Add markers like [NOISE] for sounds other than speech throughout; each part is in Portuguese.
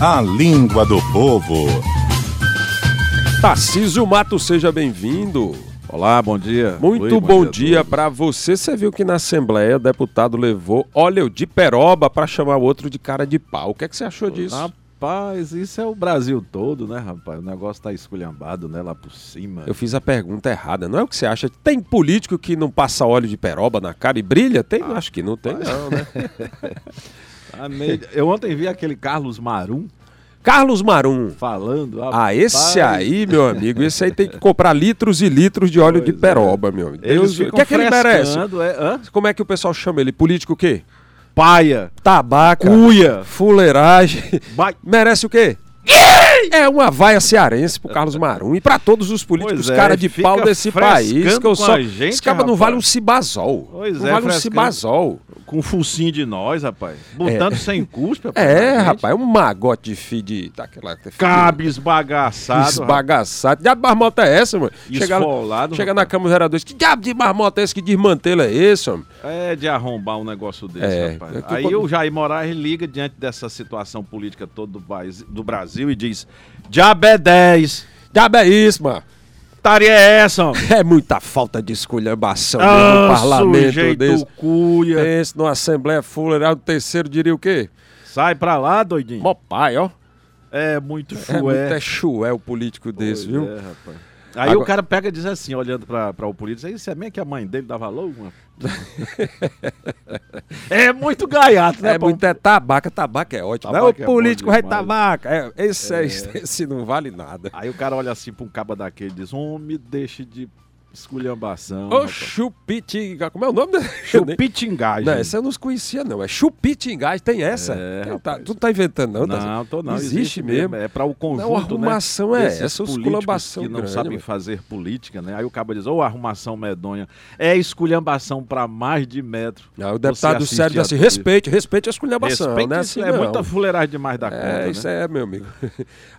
A língua do povo. Tarcísio Mato, seja bem-vindo. Olá, bom dia. Muito Luiz, bom, a dia, todos. pra você. Você viu que na Assembleia o deputado levou óleo de peroba pra chamar o outro de cara de pau. O que, é que você achou disso? Rapaz, isso é o Brasil todo, né, rapaz? O negócio tá esculhambado, né, lá por cima. Eu fiz a pergunta errada. Não é o que você acha? Tem político que não passa óleo de peroba na cara e brilha? Tem? Ah, Acho que não tem, não, né? Tá meio- Eu ontem vi aquele Carlos Marum Carlos Marum. falando. Ah, esse rapaz, aí, meu amigo, esse aí tem que comprar litros e litros de óleo de Pois é. peroba, meu amigo. Eles Deus, o ficam que é que ele merece? frescando, É, hã? Como é que o pessoal chama ele? Político o quê? Paia, Tabaca. cuia, Fuleiragem. ba... Merece o quê? É uma vaia cearense pro Carlos Marum e pra todos os políticos Pois é, cara de fica pau desse país frescando que eu com só a gente, Esse cara não rapaz. vale um cibazol. Pois não é, vale um frescando. cibazol. com um focinho de nós, rapaz. Botando sem cuspe. rapaz, É, na gente. rapaz, é um magote de fi de daquela fi de- Cabe esbagaçado. esbagaçado. Que diabo de marmota é essa, mano? Chega, Esfolado, chega rapaz. na Câmara dos Vereadores, que diabo de marmota é esse? Que desmantelo é esse, homem? É de arrombar um negócio desse, É, rapaz. é que Aí quando- o Jair Moraes liga diante dessa situação política toda do, país, do Brasil e diz: Diabo é 10, Diabo é isso, mano? taria é essa, homem? É muita falta de esculhambação dentro do Ah, parlamento sujeito desse. É. cuia. Pense numa Assembleia Fuleirada, o terceiro diria o quê? Sai pra lá, doidinho. Mó pai, ó. É muito É muito chué. é chué o político desse, Pois viu? é, rapaz. Aí Agora- o cara pega e diz assim, olhando pra, pra o político, isso é mesmo que a mãe dele dava valor? [LAUGHS] mano?" é muito gaiato, né, É, pô? muito é tabaca, tabaca é ótimo. Não, Tabaca o é bom político vai demais. tabaca. É, esse, é- esse não vale nada. Aí o cara olha assim pra um caba daquele e diz, homem, deixe de esculhambação. Ô, rapaz." chupitinga. Como é o nome [LAUGHS] da. Chupitingagem. Não, essa eu não conhecia, não. É chupitingagem, tem essa. É, Tem- tá- rapaz. tu não tá inventando, não, tá? Não, tô não. Existe, mesmo. É para o conjunto, Não, a arrumação né? é desses essa, os políticos esculhambação que não grande, sabem mano. fazer política, né? Aí o cabo diz, ô, arrumação medonha. É esculhambação para mais de metro. Não, o Você deputado assiste Sérgio diz a assim, tudo isso. respeite, respeite a esculhambação, Respeite né? isso, Assim, é não. muita fuleiragem demais da conta, É, né? isso é, meu [LAUGHS] amigo.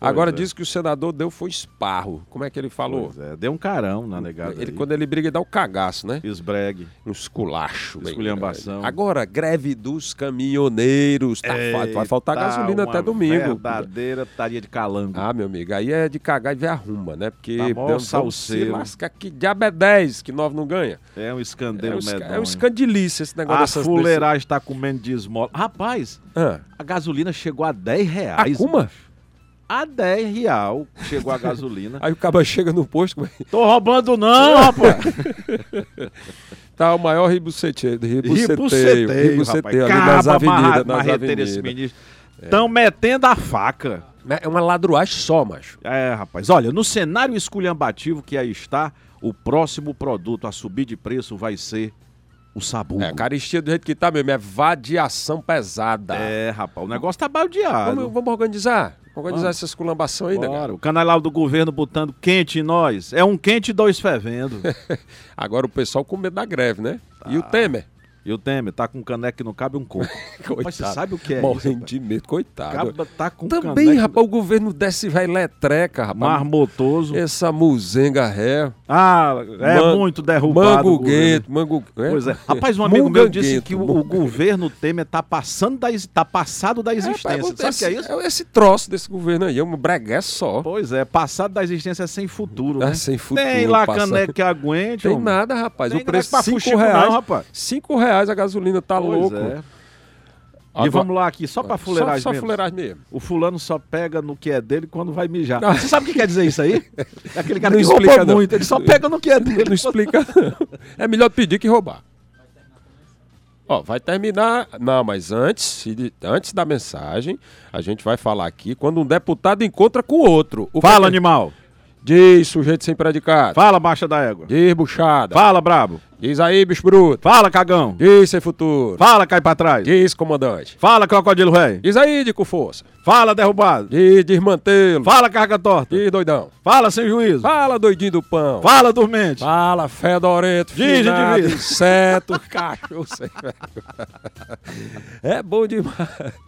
Agora é. diz que o senador deu foi esparro. Como é que ele falou? Pois é, deu um carão na negada Ele, aí. quando ele briga, ele dá o cagaço, né? Esbregue. Um esculacho. bem Esculhambação. grande. Agora, greve dos caminhoneiros. Tá, fa- vai faltar Eita, gasolina até uma domingo. verdadeira taria de calango. Ah, meu amigo, aí é de cagar e ver arruma, né? Porque Tá mó Deus, vamos se salseiro. lasca que diabo é 10 que nós não ganha. É um É escandeiro um, esca- medonho. é um escandilice esse negócio A dessas Ah, fuleiragem está comendo de esmola. Rapaz, desse- a gasolina chegou a 10 Ah, reais. Akuma? A 10 real chegou a gasolina. Aí o cara [LAUGHS] chega no posto, como é? [LAUGHS] Tô roubando não, rapaz. tá o maior ribuceteio, ribuceteio, Ribuceteio, ribuceteio rapaz. ali nas Caba avenidas, amarrado, nas marreteiro esse avenidas. ministro. Estão metendo a faca. Né? É uma ladruagem só, macho. É, rapaz. Olha, no cenário esculhambativo que aí está, o próximo produto a subir de preço vai ser o sabugo. É, a caristia do jeito que tá mesmo, é vadiação pesada. É, rapaz. O negócio tá baldeado. Vamos, vamos organizar? Vamos organizar Vamos. essas culambação aí, né, negado. Bora, o canalau do governo botando quente em nós. É um quente e dois [LAUGHS] fervendo. Agora o pessoal com medo da greve, né? E o Temer? e o Temer tá com caneca que não cabe [LAUGHS] um coco. Ah. Mas você sabe o que é Morrendo isso, de medo, coitado. rapaz? Caba tá com Também, caneca- rapaz, o governo desce e vai letreca, rapaz. Marmotoso. Essa muzenga ré. Ah, é É. Man- muito derrubado. o Mango governo. guento, mango... é? Pois é. Rapaz, um amigo meu disse Munganguento, que o, o munganguento. governo Temer tá passando da, ex- tá passado da existência. Rapaz, Sabe o esse, que é isso? Esse troço desse governo aí, é um bregué só. Pois é, passado da existência é sem futuro. É né? sem futuro, Tem lá passa- caneca que aguente. Tem homem. nada, rapaz. Tem o preço pra cinco fuxico reais. não, rapaz. Cinco reais a gasolina, tá Pois louco. é. Agora- E vamos lá aqui, só pra fuleiragem Só, só mesmo. fuleiragem mesmo. O fulano só pega no que é dele quando vai mijar. Ah. Você sabe o que quer dizer isso [LAUGHS] aí? É aquele cara Não que explica, roubou não. muito, ele só pega no que é dele. Não explica, não. É melhor pedir que roubar. Ó, vai terminar. Não, mas antes, se de- antes da mensagem, a gente vai falar aqui quando um deputado encontra com outro. O que Fala, é que- animal. Diz, sujeito sem predicado. Fala, baixa da égua. Diz, buchada. Fala, brabo. Diz aí, bicho bruto. Fala, cagão. Diz, sem futuro. Fala, cai pra trás. Diz, comandante. Fala, crocodilo velho. Diz aí, de com força. Fala, derrubado. Diz, desmantelo. Fala, carga torta. Diz, doidão. Fala, sem juízo. Fala, doidinho do pão. Fala, dormente. Fala, fedorento, Diz, finado, indivíduo. inseto, [LAUGHS] cachorro sem É bom demais.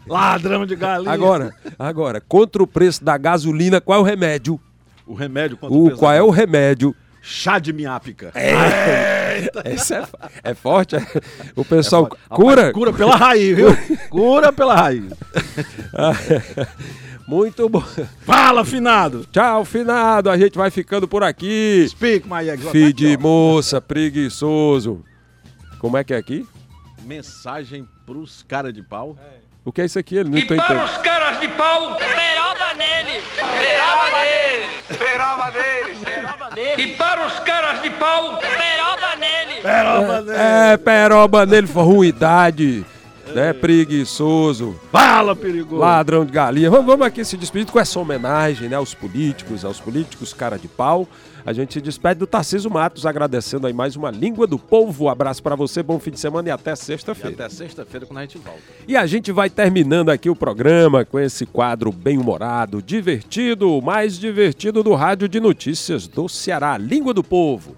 Ladrão de galinha. Agora, agora, contra o preço da gasolina, qual é o remédio? O remédio contra O, pesadelo. qual é o remédio? Chá de miápica. Esse é, fa- é forte? é? O pessoal cura? [LAUGHS] Cura pela raiz, viu? Cura pela raiz. [LAUGHS] Muito bom. Fala, finado! Tchau, finado. A gente vai ficando por aqui. Speak, my ex. Filho de moça, preguiçoso. Como é que é aqui? tá- Mensagem pros cara de pau. O que é isso aqui? Ele não E tá para entendendo. os caras de pau, Peroba nele! perava neles. Perava neles. E para os caras de pau, Peroba nele! É, peroba nele, ruidade. Né, preguiçoso, Fala, perigoso! ladrão de galinha. Vamos, vamos aqui se despedir com essa homenagem né, aos políticos, aos políticos cara de pau. A gente se despede do Tarcísio Matos, agradecendo aí mais uma língua do povo. Abraço pra você, bom fim de semana e até E sexta-feira. até sexta-feira quando a gente volta. E a gente vai terminando aqui o programa com esse quadro bem-humorado, divertido, o mais divertido do Rádio de Notícias do Ceará, Língua do Povo.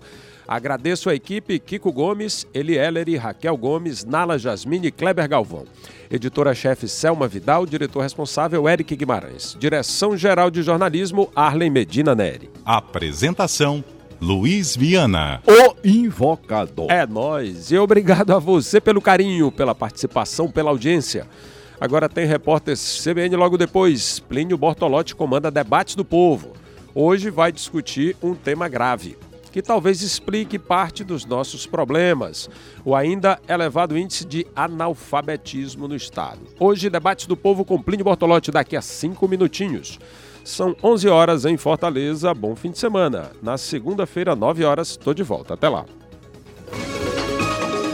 Agradeço a equipe Kiko Gomes, Eli Ellery, Raquel Gomes, Nala Jasmine e Kleber Galvão. Editora-chefe Selma Vidal, diretor responsável Eric Guimarães. Direção-geral de jornalismo Arlen Medina Neri. Apresentação: Luiz Viana. O invocador. É nóis. E obrigado a você pelo carinho, pela participação, pela audiência. Agora tem repórter CBN logo depois. Plínio Bortolotti comanda Debates do Povo. Hoje vai discutir um tema grave, que talvez explique parte dos nossos problemas, o ainda elevado índice de analfabetismo no Estado. Hoje, Debates do Povo com Plínio Bortolotti, daqui a cinco minutinhos. São 11 horas em Fortaleza. Bom fim de semana. Na segunda-feira, 9 horas, estou de volta. Até lá.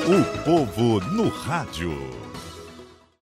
O povo no rádio.